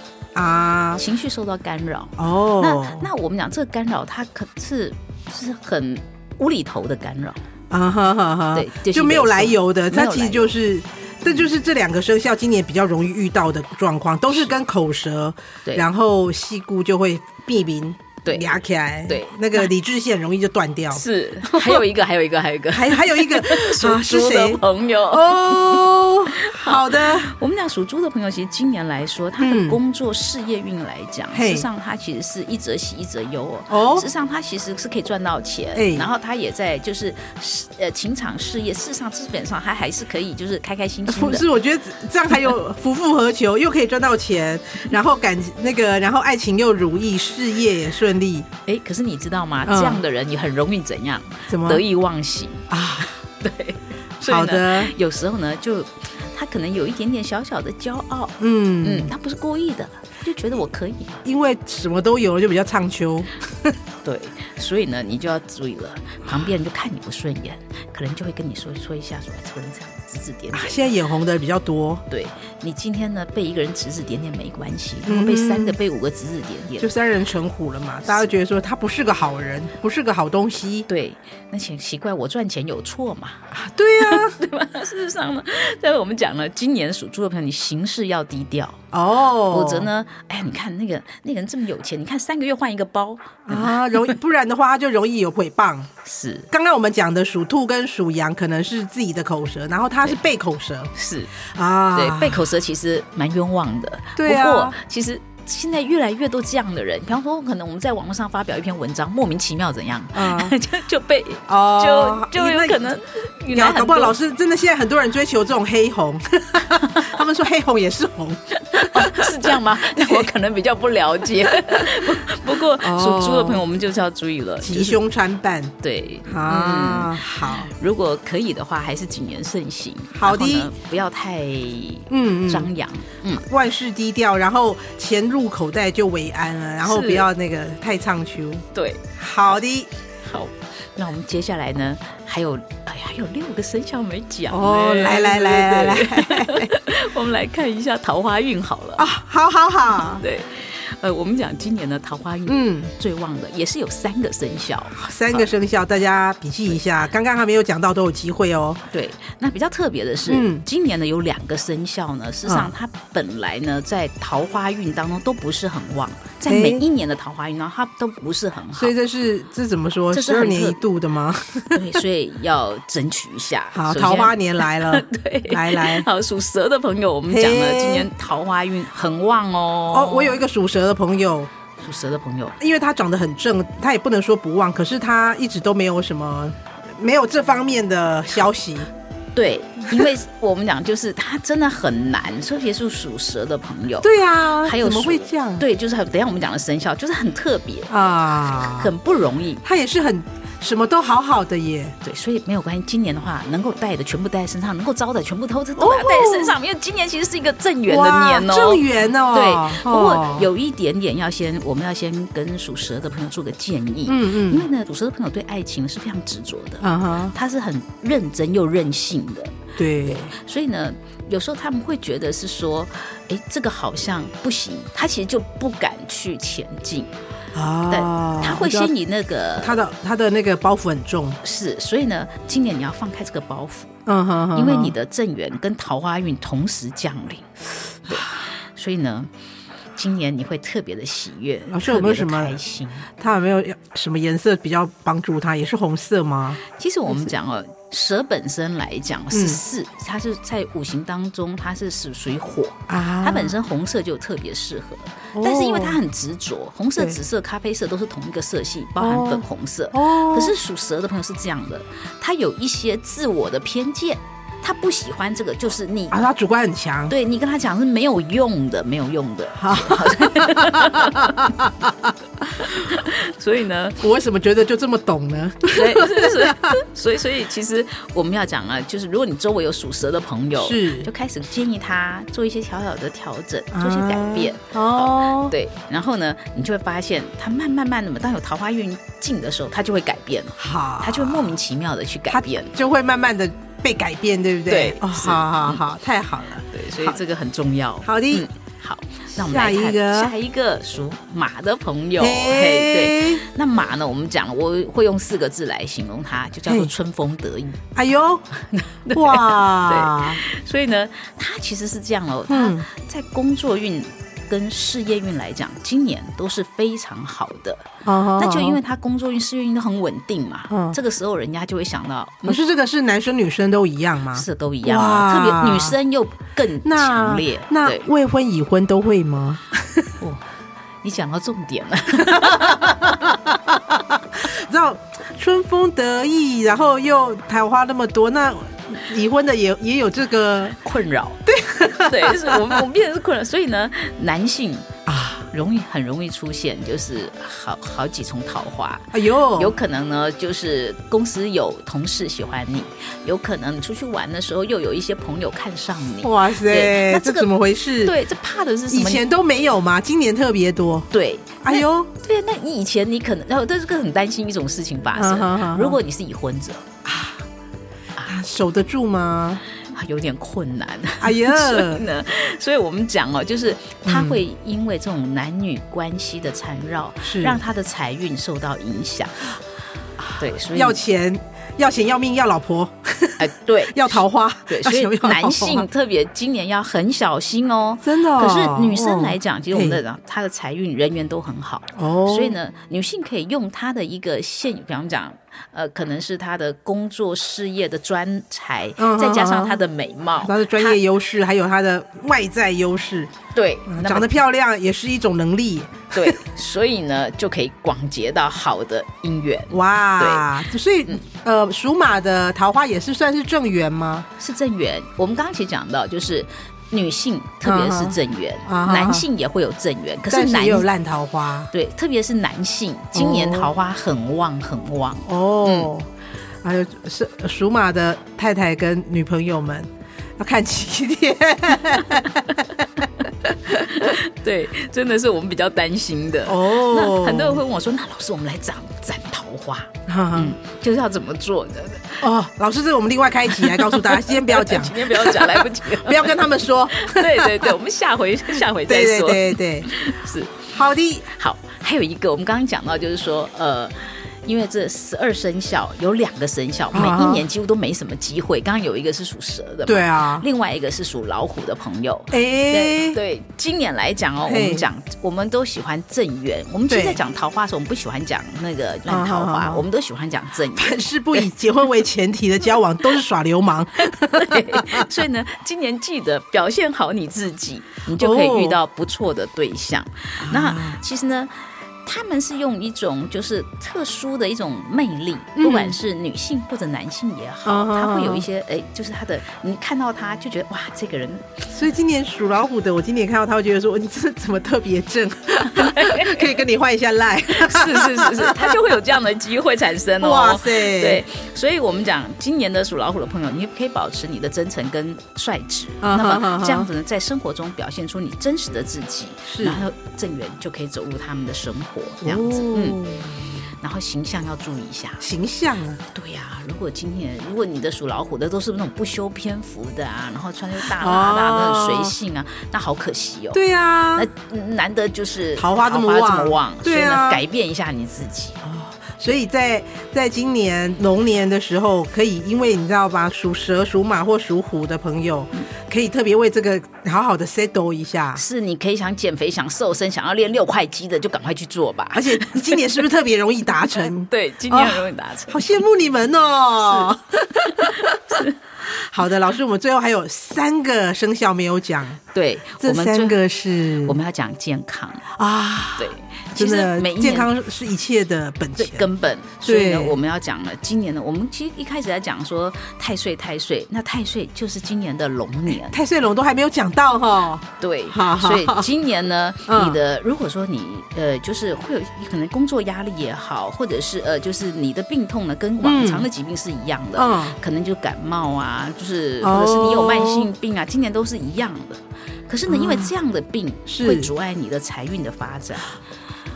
Speaker 1: 啊，
Speaker 2: 情绪受到干扰。
Speaker 1: 哦，
Speaker 2: 那那我们讲这个干扰，它可是是很无厘头的干扰，
Speaker 1: 啊哈哈哈，
Speaker 2: 对就是
Speaker 1: 就没有来由的，
Speaker 2: 没有来
Speaker 1: 它
Speaker 2: 由
Speaker 1: 其实就是。这就是这两个生肖今年比较容易遇到的状况，都是跟口舌，
Speaker 2: 对
Speaker 1: 然后细骨就会闭鸣，
Speaker 2: 对
Speaker 1: 压起来，
Speaker 2: 对
Speaker 1: 那个理智线容易就断
Speaker 2: (laughs)
Speaker 1: 掉。
Speaker 2: 是还有一个，还有一个，还有一个，
Speaker 1: 还还有一个
Speaker 2: (laughs)
Speaker 1: 啊，是
Speaker 2: 猪的
Speaker 1: 谁？
Speaker 2: 朋友，
Speaker 1: 哦，好的，
Speaker 2: 我们讲属猪的朋友，其实今年来说，他
Speaker 1: 嗯
Speaker 2: 的工作事业运来讲，
Speaker 1: 嘿
Speaker 2: 事实上他其实是一则喜一则忧哦。
Speaker 1: 哦
Speaker 2: 事实上他其实是可以赚到钱，
Speaker 1: 哎
Speaker 2: 然后他也在就是事呃情场事业，事实上基本上他还是可以就是开开心心
Speaker 1: 呃不
Speaker 2: 的。
Speaker 1: 是，我觉得这样还有夫复何求，又可以赚到钱，然后感那个，然后爱情又如意，事业也顺利，
Speaker 2: 哎，可是你知道吗？
Speaker 1: 嗯
Speaker 2: 这样的人也很容易怎样
Speaker 1: 怎么
Speaker 2: 得意忘形。
Speaker 1: 啊？
Speaker 2: (laughs) 对，所以
Speaker 1: 好
Speaker 2: 呢
Speaker 1: 的，
Speaker 2: 有时候呢，就他可能有一点点小小的骄傲，
Speaker 1: 嗯，
Speaker 2: 嗯，他不是故意的，他就觉得我可以，
Speaker 1: 因为什么都有了，就比较畅秋。
Speaker 2: 对，所以呢，你就要注意了，旁边人就看你不顺眼，可能就会跟你说说一下说，哎这个人这样指指点
Speaker 1: 啊
Speaker 2: 点。
Speaker 1: 现在眼红的比较多，
Speaker 2: 对你今天呢被一个人指指点点没关系，
Speaker 1: 嗯
Speaker 2: 如果被三个、被五个指指点点，
Speaker 1: 就三人成虎了嘛，大家都觉得说他不是个好人，不是个好东西。
Speaker 2: 对，那奇奇怪，我赚钱有错嘛？
Speaker 1: 对呀、
Speaker 2: (laughs) 对吧？事实上呢，但是我们讲了，今年属猪的朋友，你行事要低调。
Speaker 1: 哦，
Speaker 2: 否则呢，哎呀，你看那个那个人这么有钱，你看三个月换一个包，
Speaker 1: 啊，容易不然的话他就容易有诽谤。
Speaker 2: 是
Speaker 1: 刚刚我们讲的属兔跟属羊可能是自己的口舌，然后他是被口舌
Speaker 2: 是，
Speaker 1: 啊，
Speaker 2: 对，被口舌其实蛮冤枉的。
Speaker 1: 对啊
Speaker 2: 不过其实。现在越来越多这样的人，比方说，可能我们在网络上发表一篇文章，莫名其妙怎样，
Speaker 1: 嗯
Speaker 2: (laughs) 就就被
Speaker 1: 哦
Speaker 2: 就，就有可能。原来
Speaker 1: 搞
Speaker 2: 很
Speaker 1: 搞不好
Speaker 2: 多
Speaker 1: 老师真的现在很多人追求这种黑
Speaker 2: (laughs)
Speaker 1: 红，他们说黑红也是红，
Speaker 2: 是 (laughs)
Speaker 1: (laughs)
Speaker 2: 这样吗？但我可能比较不了解。 (laughs) 不不过
Speaker 1: 哦
Speaker 2: 属猪的朋友，我们就是要注意了，
Speaker 1: 吉
Speaker 2: 就是
Speaker 1: 凶参半
Speaker 2: 对嗯
Speaker 1: 啊。好，
Speaker 2: 如果可以的话，还是谨言慎行。
Speaker 1: 好的
Speaker 2: 然后呢，不要太
Speaker 1: 嗯嗯
Speaker 2: 张扬。嗯，
Speaker 1: 万事低调，然后钱入口袋就为安了，然后
Speaker 2: 是
Speaker 1: 不要那个太唱秋。
Speaker 2: 对。
Speaker 1: 好的，
Speaker 2: 好，那我们接下来呢，还有哎呀，还有六个生肖没讲
Speaker 1: 哦
Speaker 2: 呢
Speaker 1: 来来来来，
Speaker 2: 对对对 (laughs) 我们来看一下桃花运好了。
Speaker 1: 啊，好好好，
Speaker 2: 对，呃，我们讲今年的桃花运，
Speaker 1: 嗯，
Speaker 2: 最旺的也是有三个生肖。
Speaker 1: 三个生肖大家笔记一下，刚刚还没有讲到都有机会哦。
Speaker 2: 对，那比较特别的是，
Speaker 1: 嗯
Speaker 2: 今年呢有两个生肖呢，事实上
Speaker 1: 嗯
Speaker 2: 它本来呢在桃花运当中都不是很旺，在
Speaker 1: 诶
Speaker 2: 每一年的桃花运当中它都不是很好
Speaker 1: 所以。这是这怎么说？
Speaker 2: 这
Speaker 1: 十
Speaker 2: 是
Speaker 1: 二
Speaker 2: 很特
Speaker 1: 年一度的
Speaker 2: (laughs)
Speaker 1: 吗？
Speaker 2: 对，所以要争取一下。
Speaker 1: 好，
Speaker 2: 首先
Speaker 1: 桃花年来了，
Speaker 2: (laughs) 对，
Speaker 1: 来来
Speaker 2: 好，属蛇的朋友，我们讲了
Speaker 1: 嘿
Speaker 2: 今年桃花运很旺哦。
Speaker 1: 哦，我有一个属蛇的朋友，
Speaker 2: 属蛇的朋友，
Speaker 1: 因为他长得很正，他也不能说不旺，可是他一直都没有什么，没有这方面的消息。
Speaker 2: 对，因为我们讲就是他真的很难，特别是属蛇的朋友，
Speaker 1: 对啊，
Speaker 2: 还有
Speaker 1: 怎么
Speaker 2: 属
Speaker 1: 会这样？
Speaker 2: 对，就是很，等一下我们讲的生肖就是很特别，
Speaker 1: 啊，
Speaker 2: 很不容易。
Speaker 1: 他也是很，什么都好好的耶。
Speaker 2: 对，所以没有关系。今年的话，能够带的全部带在身上，能够招的全部都是都要带在身上，因为今年其实是一个正缘的年哦，
Speaker 1: 正缘哦。
Speaker 2: 对，不
Speaker 1: 哦
Speaker 2: 过有一点点要先，我们要先跟属蛇的朋友做个建议，
Speaker 1: 嗯嗯
Speaker 2: 因为呢，属蛇的朋友对爱情是非常执着的，
Speaker 1: 嗯哼，
Speaker 2: 他是很认真又任性的，
Speaker 1: 对，
Speaker 2: 所以呢，有时候他们会觉得是说，哎，这个好像不行，他其实就不敢去前进，对，
Speaker 1: 啊，
Speaker 2: 他会
Speaker 1: 我知道
Speaker 2: 先以那个
Speaker 1: 他的他的那个包袱很重，
Speaker 2: 是，所以呢，今年你要放开这个包袱，
Speaker 1: 嗯哼，哼
Speaker 2: 因为你
Speaker 1: 哼
Speaker 2: 的正缘跟桃花运同时降临，对，所以呢，今年你会特别的喜悦，
Speaker 1: 老师有
Speaker 2: 特
Speaker 1: 没有
Speaker 2: 别的
Speaker 1: 什么
Speaker 2: 开心？
Speaker 1: 他有没有什么颜色比较帮助他？也是红色吗？
Speaker 2: 其实我们讲哦，蛇本身来讲
Speaker 1: 嗯
Speaker 2: 是四，它是在五行当中，它是属属于火，
Speaker 1: 啊，
Speaker 2: 它本身红色就特别适合
Speaker 1: 哦，
Speaker 2: 但是因为它很执着，红色、
Speaker 1: 对
Speaker 2: 紫色、咖啡色都是同一个色系，包含粉红色。
Speaker 1: 哦，
Speaker 2: 可是属蛇的朋友是这样的，他有一些自我的偏见，他不喜欢这个，就是你
Speaker 1: 啊，他主观很强，
Speaker 2: 对你跟他讲是没有用的，没有用的。 (laughs)
Speaker 1: 好，
Speaker 2: 所以呢，
Speaker 1: 我为什么觉得就这么懂呢？
Speaker 2: 所以所以所以所以其实我们要讲啊，就是如果你周围有属蛇的朋友，
Speaker 1: 是
Speaker 2: 就开始建议他做一些小小的调整，做一些改变。
Speaker 1: 啊哦，
Speaker 2: 对，然后呢，你就会发现，他慢慢慢的，当有桃花运进的时候，他就会改变了，
Speaker 1: 好，
Speaker 2: 他就会莫名其妙的去改
Speaker 1: 他
Speaker 2: 变。
Speaker 1: 就会慢慢的被改变，对不对？
Speaker 2: 对
Speaker 1: 哦，
Speaker 2: 是嗯
Speaker 1: 好好好，太好
Speaker 2: (laughs)
Speaker 1: 了。
Speaker 2: 对，所以这个很重要。
Speaker 1: 好的
Speaker 2: 嗯，好，那我们来
Speaker 1: 下一
Speaker 2: 看
Speaker 1: 个
Speaker 2: 下一个属马的朋友。嘿，对，
Speaker 1: 嘿，
Speaker 2: 那马呢？我们讲了，我会用四个字来形容它，就叫做
Speaker 1: 嘿
Speaker 2: 春风得意。
Speaker 1: 哎呦，
Speaker 2: (laughs)
Speaker 1: 哇，
Speaker 2: 所以呢，它其实是这样哦，它
Speaker 1: 嗯
Speaker 2: 在工作运。跟事业运来讲，今年都是非常好的。
Speaker 1: 那
Speaker 2: 那就因为它工作运、事业运都很稳定嘛，
Speaker 1: 嗯
Speaker 2: 这个时候人家就会想到，
Speaker 1: 可是这个是男生女生都一样吗？
Speaker 2: 是都一样啊，
Speaker 1: 哇
Speaker 2: 特别女生又更
Speaker 1: 那
Speaker 2: 强烈。
Speaker 1: 那
Speaker 2: 对，
Speaker 1: 未婚已婚都会吗？
Speaker 2: 哦，你讲到重点了，
Speaker 1: 你知道春风得意，然后又桃花那么多，那已婚的也也有这个
Speaker 2: 困
Speaker 1: (laughs)
Speaker 2: 扰。对 (laughs) 对，是我们我们变成是困扰，所以呢，男性
Speaker 1: 啊，
Speaker 2: 容易很容易出现就是好好几重桃花。
Speaker 1: 哎呦，
Speaker 2: 有可能呢，就是公司有同事喜欢你，有可能你出去玩的时候又有一些朋友看上你。
Speaker 1: 哇塞，
Speaker 2: 对那
Speaker 1: 这
Speaker 2: 这个
Speaker 1: 怎么回事？，
Speaker 2: 对，这怕的是什
Speaker 1: 哦以
Speaker 2: 么？
Speaker 1: 前都没有嘛，今年特别多。
Speaker 2: 对，
Speaker 1: 哎呦，
Speaker 2: 那，对，那你以前你可能，然后但是这个很担心一种事情发
Speaker 1: 嗯哼哼
Speaker 2: 生，
Speaker 1: 哼
Speaker 2: 如果你是已婚者，
Speaker 1: 守得住吗？
Speaker 2: 啊有点困难。
Speaker 1: 哎
Speaker 2: (laughs)
Speaker 1: 呀，
Speaker 2: 所以
Speaker 1: 嗯
Speaker 2: 呢，所以我们讲哦，就是他会因为这种男女关系的缠绕，
Speaker 1: 是
Speaker 2: 让他的财运受到影响。 (sighs) 对，所以
Speaker 1: 啊要钱，要钱，要命，要老婆，
Speaker 2: 哎、
Speaker 1: (laughs)
Speaker 2: 对
Speaker 1: 要桃花，
Speaker 2: 对，所以
Speaker 1: 要钱要老婆
Speaker 2: 男性特别今年要很小心哦。
Speaker 1: 真的哦、
Speaker 2: 可是女生来
Speaker 1: 哦
Speaker 2: 讲，其实我们在讲她的财运、人缘都很好，
Speaker 1: 哦，
Speaker 2: 所以呢，女性可以用她的一个现，比方讲，呃，可能是她的工作事业的专才
Speaker 1: 嗯，
Speaker 2: 再加上
Speaker 1: 嗯
Speaker 2: 她的美貌，
Speaker 1: 她的专业优势，还有她的外在优势，
Speaker 2: 她对
Speaker 1: 嗯，
Speaker 2: 那
Speaker 1: 长
Speaker 2: 么
Speaker 1: 得漂亮也是一种能力。
Speaker 2: 对，所以呢，就可以广结到好的姻缘，
Speaker 1: 哇，所
Speaker 2: 嗯
Speaker 1: 以、呃，属马的桃花也是算是正缘吗？
Speaker 2: 是正缘。我们刚刚其实讲到，就是女性特别是正缘，
Speaker 1: 嗯哼
Speaker 2: 男性也会有正缘，可啊是
Speaker 1: 但是
Speaker 2: 男
Speaker 1: 也有烂桃花
Speaker 2: 对，特别是男性，今年
Speaker 1: 哦
Speaker 2: 桃花很旺很旺。
Speaker 1: 哦。还有是属马的太太跟女朋友们要看几点？
Speaker 2: 对，真的是我们比较担心的。
Speaker 1: 哦
Speaker 2: 那很多人会问我说：“那老师，我们来斩斩桃花，
Speaker 1: 嗯
Speaker 2: 嗯，就是要怎么做呢
Speaker 1: 哦，老师，这个我们另外开一集来告诉大家，今天不要？”讲，
Speaker 2: (laughs) 今天不要讲，来不及 (laughs) 了。
Speaker 1: 不要跟他们说。
Speaker 2: 对对对，我们下回下回再
Speaker 1: 对对
Speaker 2: 说。
Speaker 1: 对对，
Speaker 2: (laughs) 是
Speaker 1: 好的，
Speaker 2: 好，还有一个我们刚刚讲到，就是说，呃，因为这十二生肖有两个生肖，每
Speaker 1: 啊
Speaker 2: 一年几乎都没什么机会。刚刚有一个是属蛇的嘛，
Speaker 1: 对啊，
Speaker 2: 另外一个是属老虎的朋友。对
Speaker 1: 哎，
Speaker 2: 对，今年来讲哦，我
Speaker 1: 嘿
Speaker 2: 们讲我们都喜欢正缘。我们其实
Speaker 1: 对
Speaker 2: 在讲桃花的时候，我们不喜欢讲那个烂
Speaker 1: 啊
Speaker 2: 桃
Speaker 1: 好好
Speaker 2: 花，
Speaker 1: 好
Speaker 2: 我们都喜欢讲正缘。
Speaker 1: 凡是不以结婚为前提的交往都是耍流氓。
Speaker 2: 对 (laughs) 所以呢，今年记得表现好你自己，你就可以遇到不错的对象。那其实呢，他们是用一种就是特殊的一种魅力，不管是女性或者男性也好，他会有一些哎，就是他的你看到他就觉得哇，这个人。
Speaker 1: 所以今年属老虎的，我今年看到他会觉得说，你这怎么特别正？ (laughs) 可以跟你换一下赖。
Speaker 2: (laughs) 是是是是，他就会有这样的机会产生
Speaker 1: (laughs)
Speaker 2: 哦。
Speaker 1: 哇塞，
Speaker 2: 对，所以我们讲今年的属老虎的朋友，你可以保持你的真诚跟率直，
Speaker 1: 啊
Speaker 2: 那么这样子呢，在生活中表现出你真实的自己，然后正缘就可以走入他们的生活。这样子，
Speaker 1: 哦
Speaker 2: 嗯，然后形象要注意一下，
Speaker 1: 形象啊，
Speaker 2: 对呀、啊。如果今天，如果你的属老虎的都是那种不修边幅的啊，然后穿就大拉拉的、哦、随性啊，那好可惜哦。
Speaker 1: 对呀、啊，
Speaker 2: 那难得就是
Speaker 1: 桃花
Speaker 2: 这
Speaker 1: 么
Speaker 2: 旺，这么旺
Speaker 1: 对
Speaker 2: 呀、啊，改变一下你自己。
Speaker 1: 所以在在今年龙年的时候，可以因为你知道吧，属蛇、属马或属虎的朋友，可以特别为这个好好的 settle 一下。
Speaker 2: 是，你可以想减肥、想瘦身、想要练六块肌的，就赶快去做吧。
Speaker 1: 而且今年是不是特别容易达成？
Speaker 2: (laughs) 对，今年很容易达成。
Speaker 1: 哦、好羡慕你们哦！ (laughs) 好的，老师，我们最后还有三个生肖没有讲。
Speaker 2: 对，
Speaker 1: 这三个是
Speaker 2: 我们要讲健康
Speaker 1: 啊。
Speaker 2: 对，
Speaker 1: 其实每健康是一切的本钱
Speaker 2: 根本。所以呢，我们要讲了。今年呢，我们其实一开始在讲说太岁，太岁，那太岁就是今年的龙年，
Speaker 1: 太岁龙都还没有讲到哈。嗯
Speaker 2: 对，所以今年呢，你的如果说你呃，就是会有可能工作压力也好，或者是呃，就是你的病痛呢，跟往常的疾病是一样的，嗯，可能就感冒啊。啊，就是
Speaker 1: 哦
Speaker 2: 或者是你有慢性病啊，oh. 今年都是一样的。可是呢，
Speaker 1: 嗯
Speaker 2: 因为这样的病会阻碍你的财运的发展。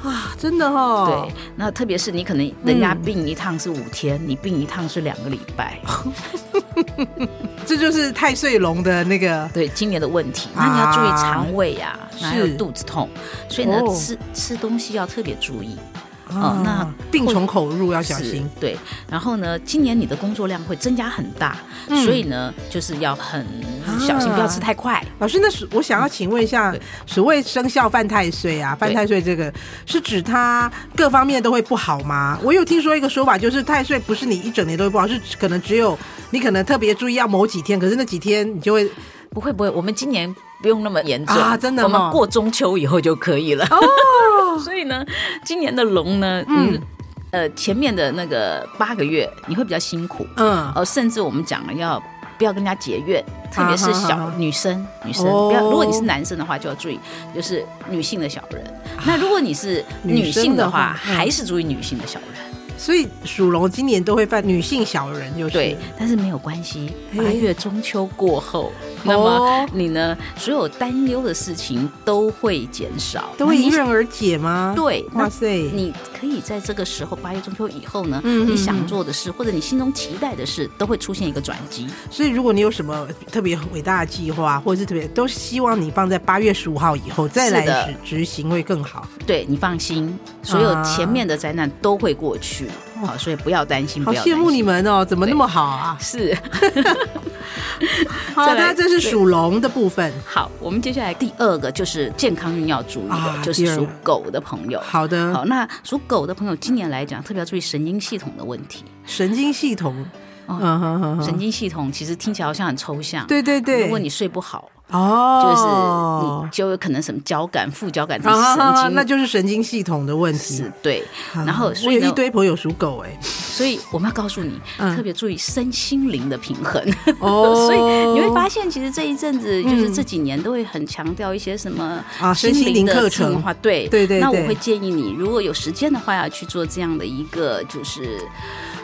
Speaker 1: 啊，真的哦。
Speaker 2: 对，那特别是你可能人家病一趟是五天，嗯、你病一趟是两个礼拜，
Speaker 1: 嗯这就是太岁龙的那个
Speaker 2: 对今年的问题。
Speaker 1: 啊
Speaker 2: 那你要注意肠胃呀、啊，还有肚子痛，所以呢，oh. 吃吃东西要特别注意。
Speaker 1: 哦，那病从口入要小心。
Speaker 2: 对，然后呢，今年你的工作量会增加很大，嗯、所以呢，就是要很小心，啊、不要吃太快。
Speaker 1: 老师，那是我想要请问一下，嗯、所谓生肖犯太岁啊，犯太岁这个是指他各方面都会不好吗？我有听说一个说法，就是太岁不是你一整年都会不好，是可能只有你可能特别注意要某几天，可是那几天你就会。
Speaker 2: 不会不会，我们今年不用那么严重
Speaker 1: 啊！真的、
Speaker 2: 哦，我们过中秋以后就可以了。哦， (laughs) 所以呢，今年的龙呢，嗯。嗯呃，前面的那个八个月你会比较辛苦，嗯，
Speaker 1: 哦
Speaker 2: 呃，甚至我们讲了要不要跟人家结怨，特别是小女生，女生不要。如果你是男生的话，就要注意，就是女性的小人。那如果你是女性的话，还是注意女性的小人。
Speaker 1: 所以属龙今年都会犯女性小人，就是
Speaker 2: 对，但是没有关系。八月中秋过后，那么你呢？所有担忧的事情都会减少，
Speaker 1: 都会迎刃而解吗？
Speaker 2: 嗯对，
Speaker 1: 哇塞！
Speaker 2: 你可以在这个时候，八月中秋以后呢，你想做的事或者你心中期待的事，都会出现一个转机。
Speaker 1: 所以，如果你有什么特别伟大的计划，或者是特别，都希望你放在八月十五号以后再来执执行会更好。
Speaker 2: 对你放心，所有前面的灾难都会过去。好，所以不要担心，
Speaker 1: 啊好羡慕你们哦，怎么那么好
Speaker 2: (laughs)
Speaker 1: 啊？
Speaker 2: 是，
Speaker 1: 好，那这是属龙的部分。
Speaker 2: 好，我们接下来第二个就是健康运要注意
Speaker 1: 啊
Speaker 2: 的，就是属狗的朋友。
Speaker 1: 好的，
Speaker 2: 好，那属狗的朋友今年来讲，特别要注意神经系统的问题。
Speaker 1: 神经系统，
Speaker 2: 嗯，神经系统其实听起来好像很抽象，
Speaker 1: 对对啊对。
Speaker 2: 如果你睡不好。
Speaker 1: 哦，
Speaker 2: 就是你就有可能什么交感、副交感，这是神经、啊，
Speaker 1: 那就是神经系统的问题。嗯
Speaker 2: 是对，然后、啊、
Speaker 1: 我有一堆朋友属狗哎、欸，
Speaker 2: 所以我们要告诉你，嗯、特别注意身心灵的平衡。哦， (laughs) 所以你会发现，其实这一阵子就是这几年都会很强调一些什么
Speaker 1: 啊身心灵课程
Speaker 2: 的话，对
Speaker 1: 对对。
Speaker 2: 那我会建议你，如果有时间的话，要去做这样的一个就是。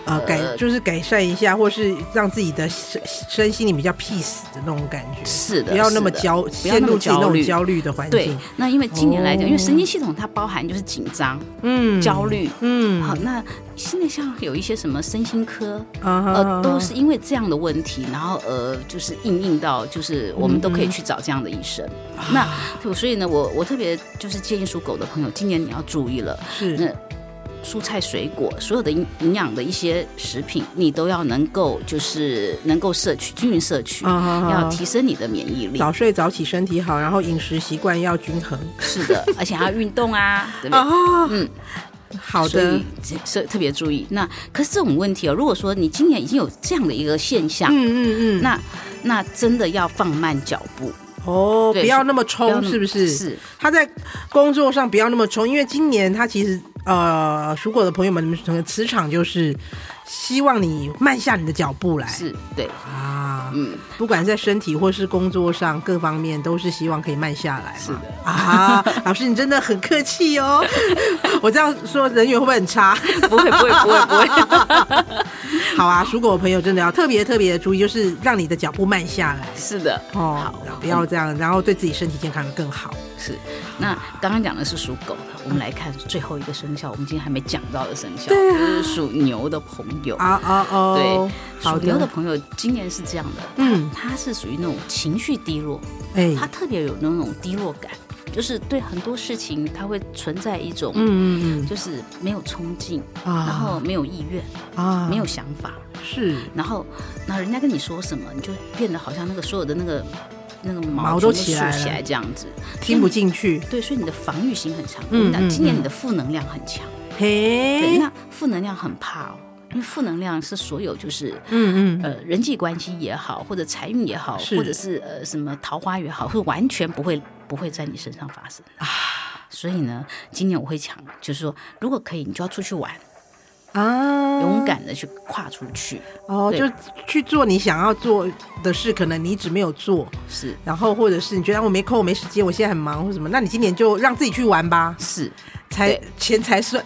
Speaker 1: 呃，改就是改善一下，或是让自己的身身心里比较 peace 的那种感觉，
Speaker 2: 是的，
Speaker 1: 不要那么焦，陷入
Speaker 2: 焦
Speaker 1: 虑焦虑哦的环境。
Speaker 2: 对，那因为今年来讲，因为神经系统它包含就是紧张、嗯、焦虑，嗯，
Speaker 1: 啊
Speaker 2: 好，那现在像有一些什么身心科，
Speaker 1: 嗯啊
Speaker 2: 呃，都是因为这样的问题，然后呃，就是应用到就是我们都可以去找这样的医生。
Speaker 1: 嗯
Speaker 2: 那所以呢，我我特别就是建议属狗的朋友，今年你要注意了，
Speaker 1: 是。
Speaker 2: 蔬菜、水果，所有的营营养的一些食品，你都要能够就是能够摄取，均匀摄
Speaker 1: 嗯
Speaker 2: 取，啊、要提升你的免疫力。
Speaker 1: 早睡早起，身体好，然后饮食习惯要均衡。
Speaker 2: 是的，而且还要运动啊，对不对？啊、嗯。
Speaker 1: 哦好的，
Speaker 2: 所以特别注意。那可是这种问题哦，如果说你今年已经有这样的一个现象，
Speaker 1: 嗯嗯嗯，
Speaker 2: 那那真的要放慢脚步。
Speaker 1: 哦，
Speaker 2: 对
Speaker 1: 不要那么
Speaker 2: 不要
Speaker 1: 冲，
Speaker 2: 那么
Speaker 1: 是不是？
Speaker 2: 是。
Speaker 1: 他在工作上不要那么冲，因为今年他其实呃，属狗的朋友们，你们整个磁场就是希望你慢下你的脚步来
Speaker 2: 是，对，
Speaker 1: 啊，
Speaker 2: 嗯，
Speaker 1: 不管在身体或是工作上各方面，都是希望可以慢下来嘛。
Speaker 2: 是的
Speaker 1: 啊，老师你真的很客气哦， (laughs) 我这样说人缘会不会很
Speaker 2: (laughs)
Speaker 1: 差？
Speaker 2: 不会，不会，不会，不会，
Speaker 1: (laughs) 好啊，属狗的朋友真的要特别特别的注意，就是让你的脚步慢下来。
Speaker 2: 是的，
Speaker 1: 哦，不要这样，然后对自己身体健康更好。
Speaker 2: 是。那刚刚讲的是属狗的，我们来看最后一个生肖，我们今天还没讲到的生肖，
Speaker 1: 对啊
Speaker 2: 就是属牛的朋友。
Speaker 1: 啊啊哦，
Speaker 2: 对，
Speaker 1: 好
Speaker 2: 属牛的
Speaker 1: 的，
Speaker 2: 朋友今年是这样的，
Speaker 1: 嗯
Speaker 2: 嗯，他是属于那种情绪低落，
Speaker 1: 哎，
Speaker 2: 他特别有那种低落感，就是对很多事情他会存在一种，
Speaker 1: 嗯嗯
Speaker 2: 就是没有冲劲，
Speaker 1: 嗯
Speaker 2: 然后
Speaker 1: 啊
Speaker 2: 没有意愿，
Speaker 1: 啊，
Speaker 2: 没有想法，
Speaker 1: 是
Speaker 2: 然后那人家跟你说什么，你就变得好像那个所有的那个那个毛
Speaker 1: 毛都
Speaker 2: 全部
Speaker 1: 起来
Speaker 2: 竖起
Speaker 1: 了
Speaker 2: 来这样子，
Speaker 1: 听不进去，
Speaker 2: 对，所以你的防御性很强。
Speaker 1: 嗯
Speaker 2: 我跟你
Speaker 1: 嗯
Speaker 2: 讲，今年
Speaker 1: 嗯
Speaker 2: 你的负能量很强，对，
Speaker 1: 嘿，
Speaker 2: 那负能量很怕哦，因为负能量是所有就是
Speaker 1: 嗯嗯，
Speaker 2: 呃人际关系也好，或者财运也好，
Speaker 1: 是
Speaker 2: 或者是呃什么桃花也好，是完全不会不会在你身上发生的。
Speaker 1: 啊
Speaker 2: 所以呢，今年我会讲，就是说，如果可以，你就要出去玩，
Speaker 1: 啊，
Speaker 2: 勇敢的去跨出去。
Speaker 1: 哦，
Speaker 2: 对
Speaker 1: 就去做你想要做的事，可能你一直没有做，
Speaker 2: 是
Speaker 1: 然后或者是你觉得啊我没空，我没时间，我现在很忙或什么，那你今年就让自己去玩吧，
Speaker 2: 是，
Speaker 1: 才
Speaker 2: 对
Speaker 1: 钱才算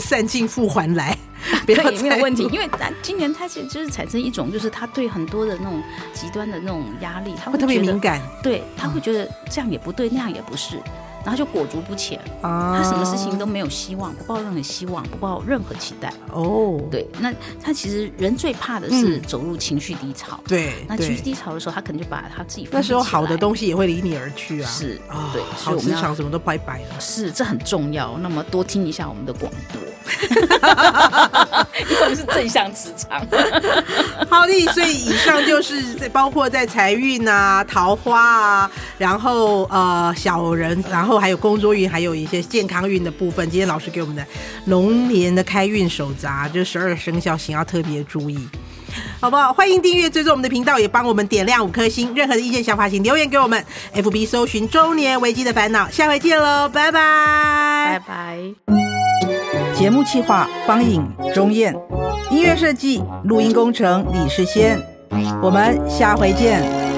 Speaker 1: 散尽复还来，
Speaker 2: (laughs)
Speaker 1: 不要
Speaker 2: 可以没有
Speaker 1: 再
Speaker 2: 问
Speaker 1: (laughs)
Speaker 2: 题，因为他今年他其实就是产生一种，就是他对很多的那种极端的那种压力，他
Speaker 1: 会
Speaker 2: 会
Speaker 1: 特别
Speaker 2: 觉得
Speaker 1: 敏，感
Speaker 2: 对，他会觉得这样也不对，那样也不是，然后就裹足不前，
Speaker 1: 啊，
Speaker 2: 他什么事情都没有希望，不抱任何希望，不抱任何期待。
Speaker 1: 哦，
Speaker 2: 对，那他其实人最怕的是走入情绪低潮。
Speaker 1: 嗯对
Speaker 2: 那情绪
Speaker 1: 对，
Speaker 2: 低潮的时候，他可能就把他自己
Speaker 1: 那时候
Speaker 2: 封闭起来
Speaker 1: 好的东西也会离你而去啊，
Speaker 2: 是
Speaker 1: 啊，
Speaker 2: 对所
Speaker 1: 好
Speaker 2: 以我们
Speaker 1: 磁
Speaker 2: 要
Speaker 1: 场什么都拜拜了。
Speaker 2: 是这很重要。那么多听一下我们的广
Speaker 1: (laughs)
Speaker 2: 播，因为我们是正向磁场。
Speaker 1: 好的，所以以上就是在包括在财运啊、桃花啊，然后呃小人，然后还有工作运，还有一些健康运的部分。今天老师给我们的龙年的开运手札，就是十二生肖请要特别注意。好不好？欢迎订阅、追踪我们的频道，也帮我们点亮五颗星。任何的意见、想法，请留言给我们。FB 搜寻“中年危机的烦恼”，下回见喽，拜拜
Speaker 2: 拜。拜。
Speaker 3: 节目企划方颖、钟燕，音乐设计、录音工程李世先。我们下回见。